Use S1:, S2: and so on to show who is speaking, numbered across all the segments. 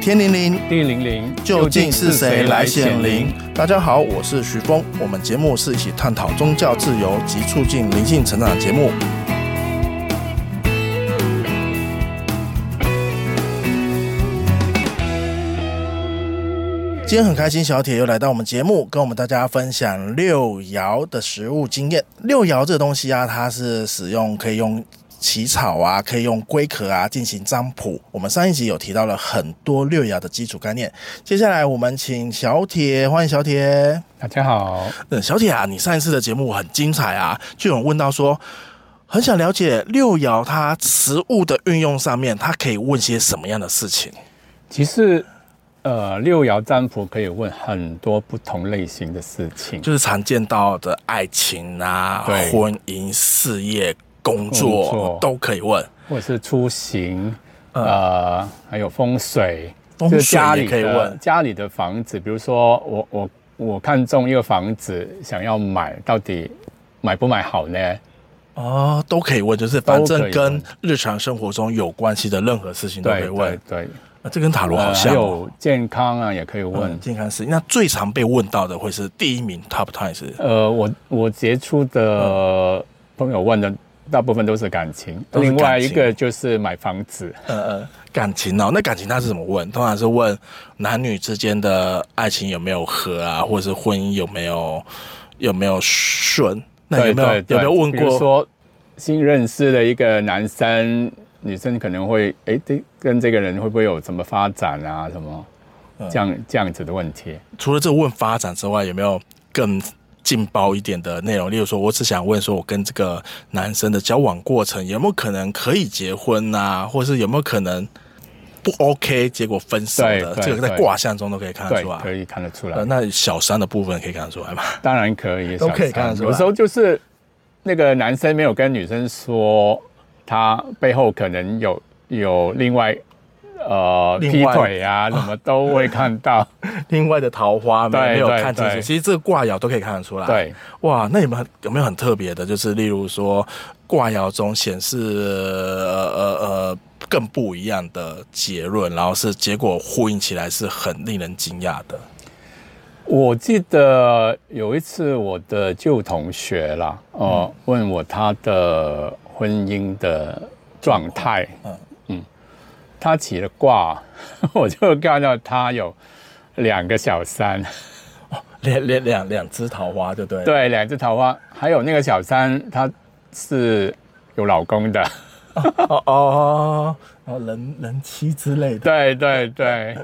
S1: 天灵灵，
S2: 地零零
S1: 究竟是谁来显灵？？大家好，我是徐峰。我们节目是一起探讨宗教自由及促进灵性成长的节目。今天很开心，小铁又来到我们节目，跟我们大家分享六爻的食物经验。六爻这个东西啊，它是使用可以用起草啊，可以用龟壳啊进行占卜。我们上一集有提到了很多六爻的基础概念。接下来我们请小铁，欢迎小铁。
S2: 大家好，
S1: 嗯，小铁啊，你上一次的节目很精彩啊，就有人问到说，很想了解六爻它食物的运用上面，它可以问些什么样的事情？
S2: 其实呃，六爻占卜可以问很多不同类型的事情，
S1: 就是常见到的爱情啊、
S2: 对
S1: 婚姻、事业、工作
S2: 工作
S1: 都可以问，
S2: 或者是出行，呃，还有风
S1: 嗯
S2: 水，
S1: 风
S2: 就是
S1: 水
S2: 家
S1: 也
S2: 里
S1: 可以
S2: 的
S1: 问
S2: 家里的房子，比如说我我我看中一个房子，想要买，到底买不买好呢？
S1: 哦，都可以问，就是反
S2: 都可
S1: 正
S2: 以
S1: 跟
S2: 问
S1: 日常生活中有关系的任何事情都可以
S2: 对
S1: 问。
S2: 对对，
S1: 啊这跟塔罗好
S2: 呃还
S1: 像、哦。
S2: 有健康啊，也可以问
S1: 嗯，。健康事。那最常被问到的会是第一名 top ten 是
S2: 呃，我我接触的朋友问的大部分都是感情，
S1: 都是感
S2: 另
S1: 情
S2: 外一个就是买房子。
S1: 呃呃感情哦，那感情他是怎么问？通常是问男女之间的爱情有没有合啊，或者是婚姻有没有有没有顺？那有没有
S2: 对对
S1: 有没有问
S2: 比如
S1: 过？
S2: 说新认识的一个男生、女生，可能会哎，这跟这个人会不会有什么发展啊？什么
S1: 嗯
S2: 这样、这样子的问题？
S1: 除了这个问发展之外，有没有更劲爆一点的内容？例如说，我只想问说，我跟这个男生的交往过程有没有可能可以结婚啊，或者是有没有可能不 OK 结果分手的？
S2: 对对
S1: 这个在
S2: 对
S1: 卦象中都可以看得
S2: 对
S1: 出，
S2: 可
S1: 来。
S2: 以看得出来。
S1: 呃，那小三的部分可以看得出来吗？
S2: 当然可以，
S1: 都可以
S2: 小三
S1: 看得出来
S2: 有时候就是那个男生没有跟女生说，他背后可能有有另外呃
S1: 另
S2: 劈
S1: 外
S2: 腿啊，什么都会看到。
S1: 另外的桃花没有
S2: 对
S1: 没有
S2: 对
S1: 看清楚，
S2: 对
S1: 其实这个卦爻都可以看得出来。，
S2: 对，
S1: 哇，那有没有有没有很特别的？就是例如说卦爻中显示呃呃呃更不一样的结论，然后是结果呼应起来是很令人惊讶的。
S2: 我记得有一次我的旧同学啦，哦、
S1: 嗯
S2: 问我他的婚姻的状态，
S1: 嗯
S2: 嗯他起了卦， 我就看到他有两个小三。
S1: 两两两两只桃花，对不对？
S2: 对，两只桃花，还有那个小三，她是有老 公的。
S1: 哦哦，然后人人妻之类的，
S2: 对对对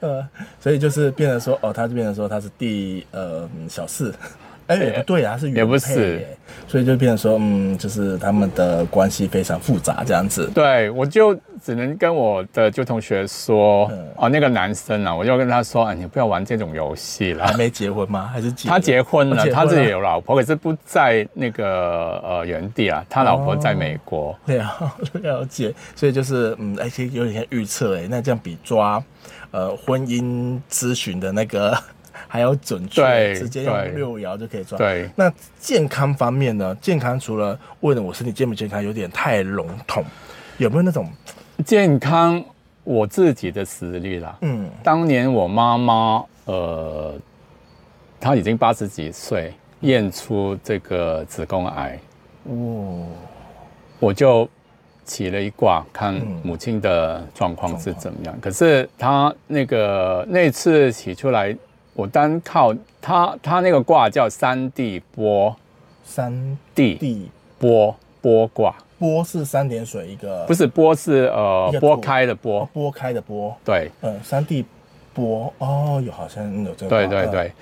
S1: 呃，所以就是变成说，哦，他就变成说他是第呃嗯小四， 哎、也不对啊，是原
S2: 也不
S1: 配
S2: 是
S1: 耶，所以就变成说，嗯，就是他们的关系非常复杂这样子。
S2: 对，我就只能跟我的旧同学说，
S1: 嗯
S2: 哦，那个男生啊，我就跟他说，啊，你不要玩这种游戏了
S1: 还。没结婚吗？还是结了？
S2: 他结婚
S1: 他
S2: 了，
S1: 啊结婚
S2: 他
S1: 了
S2: 自己有老婆，可是不在那个呃原地啊，他老婆
S1: 哦
S2: 在美国。
S1: 了啊 了解，所以就是嗯，哎，其实有点像预测哎，那这样比抓呃婚姻咨询的那个 还要准确，
S2: 对
S1: 直接用
S2: 对
S1: 六爻就可以抓。
S2: 对
S1: 那健康方面呢？健康除了问我身体健不健康，有点太笼统，有没有那种
S2: 健康，我自己的实力啦，
S1: 嗯
S2: 当年我妈妈，呃，她已经八十几岁，验出这个子宫癌，
S1: 哦
S2: 我就起了一卦，看母亲的状况是怎么样。可是她那个那次起出来，我单靠她，她那个卦叫三地波
S1: 三
S2: 地
S1: 地
S2: 波波卦，
S1: 波是三点水一个，
S2: 不
S1: 是
S2: 是波是呃
S1: 一个土
S2: 拨开的拨，
S1: 拨开的拨，
S2: 对。
S1: 嗯，三地波哦，有好像有这个
S2: 对
S1: 卦，
S2: 对对，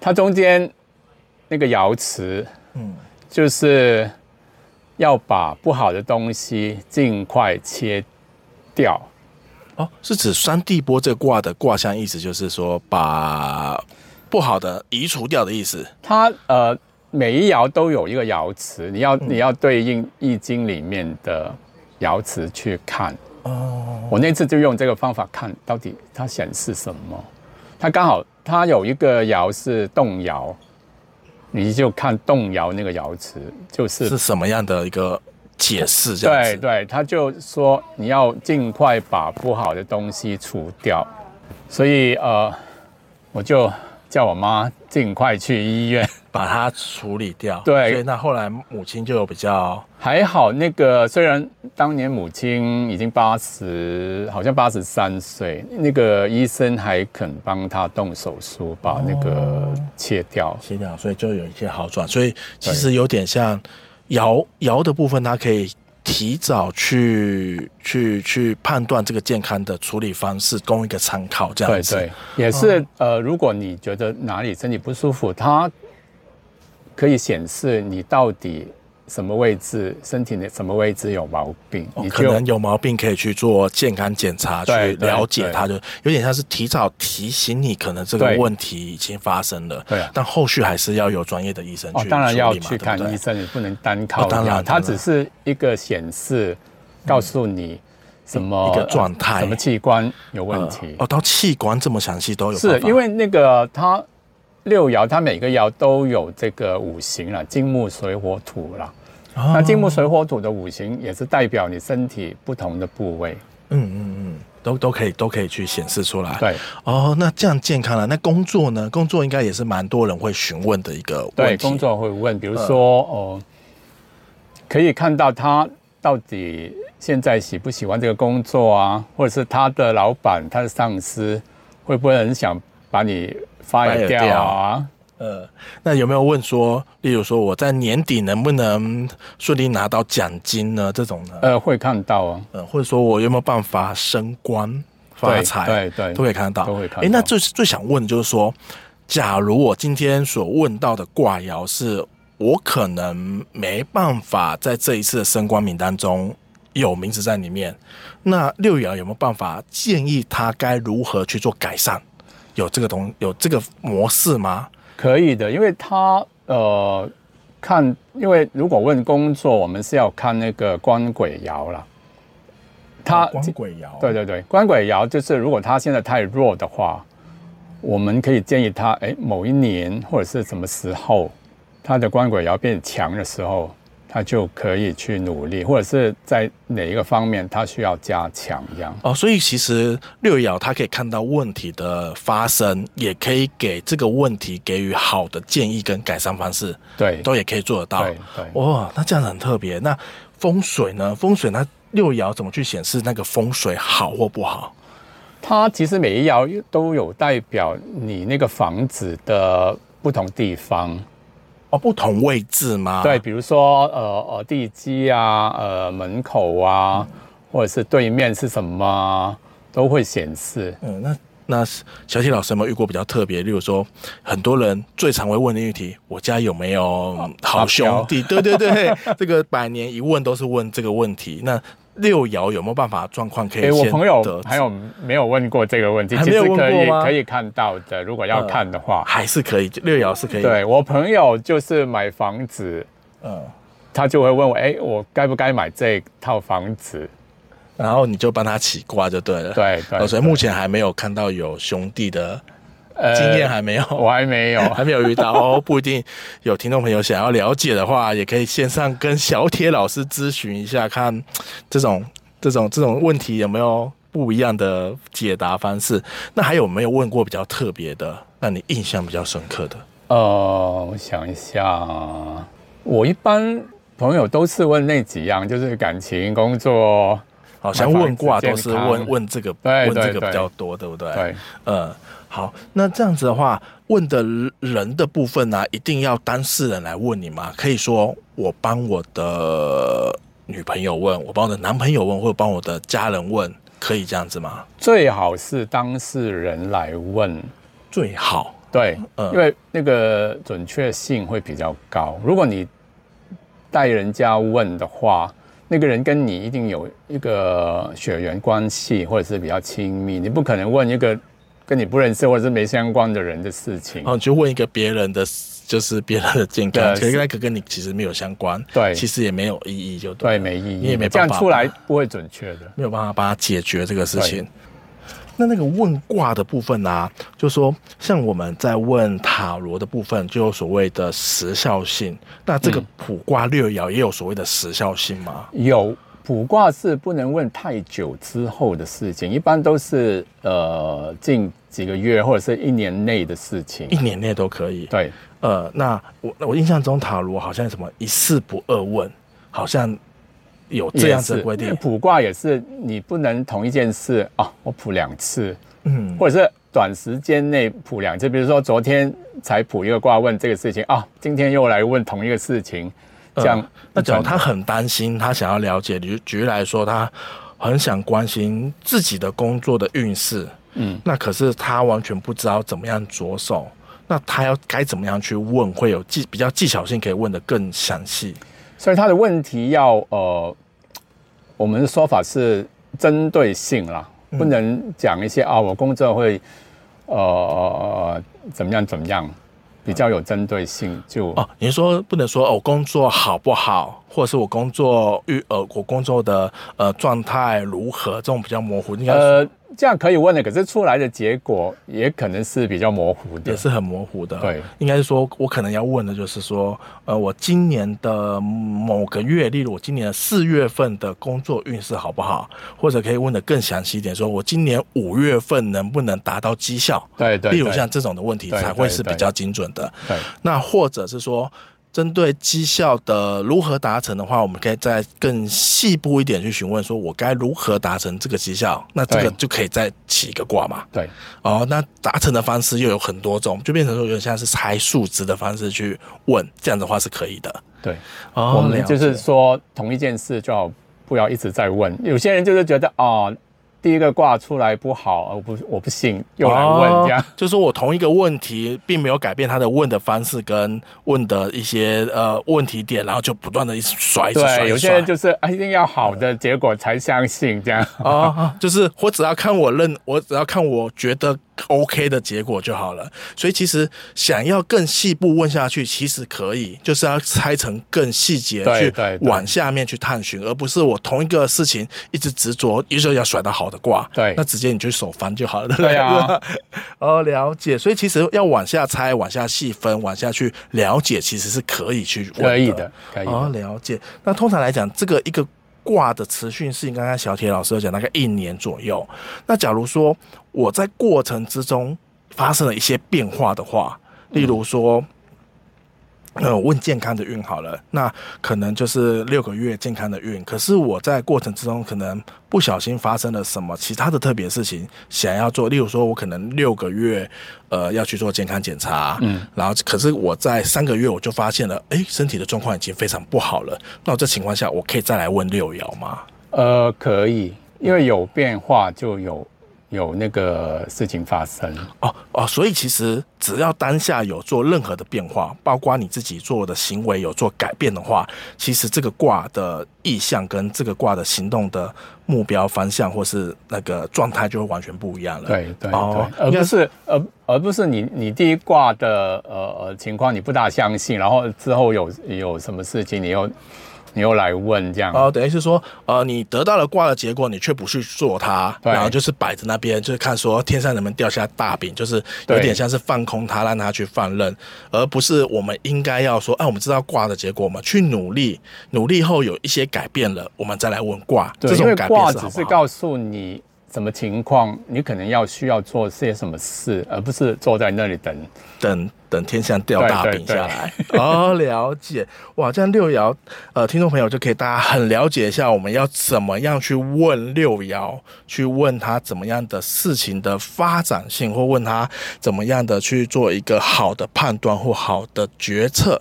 S2: 它中间那个瑶池，
S1: 嗯，
S2: 就是要把不好的东西尽快切掉。
S1: 哦，是指三地波这卦的卦象意思，就是说把不好的移除掉的意思。
S2: 它呃，每一爻都有一个瑶池，你
S1: 嗯
S2: 要你要对应《易经》里面的瑶池去看。
S1: 哦，
S2: 我那次就用这个方法看到底它显示什么。它刚好它有一个爻是动爻，你就看动爻那个爻池，就是
S1: 是什么样的一个解释这样
S2: 对
S1: 子。
S2: 对，他就说你要尽快把不好的东西除掉，所以呃，我就叫我妈尽快去医院。
S1: 把它处理掉。
S2: 对
S1: 所以那后来母亲就有比较
S2: 还好那个虽然当年母亲已经八十，好像八十三岁，那个医生还肯帮她动手术把那个切掉。
S1: 协调，所以就有一些好转。所以其实有点像摇摇的部分，它可以提早去去去判断这个健康的处理方式，供一个参考这样
S2: 对
S1: 子。
S2: 对，也是、
S1: 嗯
S2: 呃，如果你觉得哪里身体不舒服，它可以显示你到底什么位置，身体的什么位置有毛病，
S1: 哦
S2: 你
S1: 可能有毛病，可以去做健康检查，去
S2: 对对
S1: 了解
S2: 对
S1: 它，就有点像是提早提醒你，可能这个
S2: 对
S1: 问题已经发生了。
S2: 对啊
S1: 但后续还是要有专业的医生去
S2: 哦
S1: 处理，嘛、
S2: 当然要
S1: 对不
S2: 去看
S1: 对
S2: 医生，你不能单靠
S1: 哦当然
S2: 药，它
S1: 当然
S2: 只是一个显示，告诉你什么呃
S1: 一个状态
S2: 什么器官有问
S1: 呃
S2: 题。
S1: 哦，到气管这么详细都有办
S2: 是
S1: 法，
S2: 因为那个它六爻，它每个爻都有这个五行啦，金木水火土啦。
S1: 哦
S2: 那金木水火土的五行也是代表你身体不同的部位。
S1: 嗯嗯嗯，都都可以都可以去显示出来。
S2: 对
S1: 哦，那这样健康了。那工作呢？工作应该也是蛮多人会询问的一个
S2: 对，
S1: 问题。嗯
S2: 工作会问，比如说哦、可以看到他到底现在喜不喜欢这个工作啊，或者是他的老板、他的上司会不会很想把你
S1: fire
S2: fire 掉啊？
S1: 呃，那有没有问说，例如说我在年底能不能顺利拿到奖金呢？这种呢？
S2: 呃，会看到啊，
S1: 呃，或者说我有没有办法升官发
S2: 对
S1: 财？
S2: 对对，
S1: 都可以看得到。
S2: 都会看
S1: 诶那
S2: 到
S1: 最最想问的就是说，假如我今天所问到的卦爻是我可能没办法在这一次的升官名单中有名字在里面，那六爻有没有办法建议他该如何去做改善？有这个东有这个模式吗？
S2: 可以的，因为他呃看，因为如果问工作，我们是要看那个官鬼爻啦。他
S1: 哦鬼爻
S2: 对对对，官鬼爻就是如果他现在太弱的话，我们可以建议他，哎，某一年或者是什么时候，他的官鬼爻变强的时候，他就可以去努力，或者是在哪一个方面他需要加强这样。
S1: 哦，所以其实六爻它可以看到问题的发生，也可以给这个问题给予好的建议跟改善方式，
S2: 对对
S1: 都也可以做得到。
S2: 对对，
S1: 哇，哦那这样子很特别。那风水呢？风水那六爻怎么去显示那个风水好或不好？
S2: 它其实每一爻都有代表你那个房子的不同地方。
S1: 哦，不同位置吗？
S2: 对，，比如说呃呃地基啊，呃门口啊，或者是对面是什么啊，都会显示。
S1: 嗯，那那小铁老师有没有遇过比较特别？例如说，很多人最常会问的一题，我家有没
S2: 哦
S1: 有好兄弟？对对 对，这个百年一问都是问这个问题。那六爻有没有办法状况可以
S2: 诶，我
S1: 先
S2: 朋友
S1: 得知
S2: 还有没有问过这个问题？
S1: 还
S2: 其
S1: 没有
S2: 实
S1: 问
S2: 可
S1: 过
S2: 以
S1: 吗
S2: 可以看到的，如果要看的话，
S1: 还是可以，六爻是可以。，
S2: 对我朋友就是买房子，
S1: 嗯，
S2: 他就会问我，诶，我该不该买这套房子？
S1: 然后你就帮他起卦就对了。
S2: 对对
S1: 哦所以
S2: 对
S1: 目前还没有看到有兄弟的
S2: 呃
S1: 经验还没有，
S2: 我还没有，
S1: 还没有遇到哦。不一定有听众朋友想要了解的话，也可以线上跟小铁老师咨询一下，看这种这种这种问题有没有不一样的解答方式。那还有没有问过比较特别的，让你印象比较深刻的？
S2: 呃，我想一下，我一般朋友都是问那几样，就是感情、工作，
S1: 好像问卦都是
S2: 买房子健
S1: 问
S2: 康
S1: 问这个
S2: 对
S1: 问这个
S2: 对
S1: 比较多，对不对？
S2: 对，
S1: 呃，好，那这样子的话，问的人的部分呢、一定要当事人来问你吗？可以说我帮我的女朋友问，我帮我的男朋友问，或者帮我的家人问，可以这样子吗？
S2: 最好是当事人来问，
S1: 最好，
S2: 对，
S1: 嗯
S2: 因为那个准确性会比较高。如果你带人家问的话，那个人跟你一定有一个血缘关系，或者是比较亲密，你不可能问一个跟你不认识或者是没相关的人的事情
S1: 然。后你去问一个别人的，就是别人的健康，
S2: 对
S1: 可是
S2: 是
S1: 那个跟你其实没有相关，
S2: 对
S1: 其实也没有意义，就对
S2: 对，
S1: 了，
S2: 没意义，
S1: 你也没
S2: 这样
S1: 办法
S2: 出来不会准确的。
S1: 没有办法帮他解决这个事情。那那个问卦的部分呢、啊，就说像我们在问塔罗的部分，就有所谓的时效性。那这个卜卦六爻也有所谓的时效性吗？
S2: 有卜卦是不能问太久之后的事情，一般都是呃近几个月或者是一年内的事情
S1: 一。年内都可以。
S2: 对，
S1: 呃，那我我印象中塔罗好像什么一事不二问，好像有这样子的规
S2: 也
S1: 定
S2: 是。卜卦也是你不能同一件事啊，我卜两次，
S1: 嗯，
S2: 或者是短时间内卜两次，比如说昨天才卜一个卦问这个事情啊，今天又来问同一个事情，这样、
S1: 呃那假如他很担心，他想要了解，举举例来说，他很想关心自己的工作的运势，
S2: 嗯，
S1: 那可是他完全不知道怎么样着手，那他要该怎么样去问，会有技比较技巧性可以问的更详细。
S2: 所以他的问题要呃，我们的说法是针对性啦，
S1: 嗯
S2: 不能讲一些啊，我工作会呃呃呃怎么样怎么样，比较有针对性就。
S1: 哦，你说不能说哦，工作好不好，或者是我工作遇呃，我工作的呃状态如何，这种比较模糊，应该是
S2: 呃，这样可以问的，可是出来的结果也可能是比较模糊的
S1: 也。是很模糊的。
S2: 对，
S1: 应该是说，我可能要问的就是说，呃，我今年的某个月，例如我今年的四月份的工作运势好不好，或者可以问的更详细一点，说我今年五月份能不能达到绩效？
S2: 对对，
S1: 例如
S2: 对
S1: 像这种的问题
S2: 对
S1: 才会是比较精准的。
S2: 对
S1: 那或者是说，针对绩效的如何达成的话，我们可以再更细部一点去询问，说我该如何达成这个绩效？那这个
S2: 对
S1: 就可以再起一个卦嘛。
S2: 对
S1: 哦，那达成的方式又有很多种，就变成说有点像是猜数值的方式去问，这样的话是可以的。
S2: 对，
S1: 哦
S2: 我们就是说同一件事就好，不要一直在问。有些人就是觉得哦，第一个卦出来不好，我不我不信，又来问这样
S1: 哦。就是说我同一个问题，并没有改变他的问的方式跟问的一些呃问题点，然后就不断的一直甩，一直甩，
S2: 对，有些人就是啊一定要好的结果才相信 这样。
S1: 啊、哦，就是我只要看我认，我只要看我觉得 OK 的结果就好了。所以其实想要更细部问下去，其实可以，就是要拆成更细节
S2: 对
S1: 去
S2: 对对
S1: 往下面去探寻，而不是我同一个事情一直执着，一直要甩到好的卦。
S2: 对
S1: 那直接你去手翻就好了。对不
S2: 对啊，
S1: 哦，了解。所以其实要往下拆，往下细分，往下去了解，其实是可以去问
S2: 可以的，可以的。
S1: 哦，了解。那通常来讲，这个一个卦的持续性，刚刚小铁老师有讲，大概一年左右。那假如说我在过程之中发生了一些变化的话，例如说。呃，问健康的运好了，那可能就是六个月健康的运。可是我在过程之中，可能不小心发生了什么其他的特别事情，想要做，例如说，我可能六个月，呃，要去做健康检查，嗯，然后可是我在三个月我就发现了，哎，身体的状况已经非常不好了。那我这情况下，我可以再来问六爻吗？
S2: 呃，可以，因
S1: 嗯
S2: 为有变化就有有那个事情发生。
S1: 哦哦，所以其实只要当下有做任何的变化，包括你自己做的行为有做改变的话，其实这个卦的意向跟这个卦的行动的目标方向或是那个状态就会完全不一样了。
S2: 对对对，
S1: 哦
S2: 而
S1: 应该
S2: 不是而而不是你你第一卦的呃呃情况你不大相信，然后之后有有什么事情你又你又来问这样，
S1: 哦，等于是说，呃，你得到了卦的结果，你却不去做它，
S2: 对
S1: 然后就是摆在那边，就是看说天上能不能掉下大饼，就是有
S2: 对
S1: 点像是放空它，让它去放任，而不是我们应该要说，哎、我们知道卦的结果，我们去努力，努力后有一些改变了，我们再来问卦，这
S2: 对，因
S1: 种
S2: 为
S1: 改变
S2: 卦
S1: 是好
S2: 只
S1: 不
S2: 是
S1: 好？
S2: 告诉你什么情况，你可能要需要做些什么事，而不是坐在那里等。
S1: 等等天上掉大
S2: 对对
S1: 饼下来。 哦，了解，哇，这样六爻，呃，听众朋友就可以大家很了解一下，我们要怎么样去问六爻，去问他怎么样的事情的发展性，或问他怎么样的去做一个好的判断或好的决策。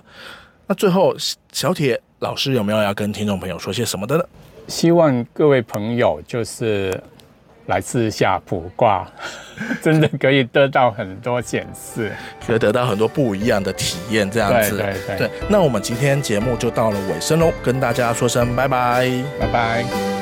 S1: 那最后，小铁老师有没有要跟听众朋友说些什么的呢？
S2: 希望各位朋友就是来试一下卜卦， 真的可以得到很多显示。
S1: 可以得到很多不一样的体验，这样
S2: 对
S1: 子。
S2: 对对，
S1: 对，那我们今天节目就到了尾声喽，跟大家说声拜拜。
S2: 拜拜。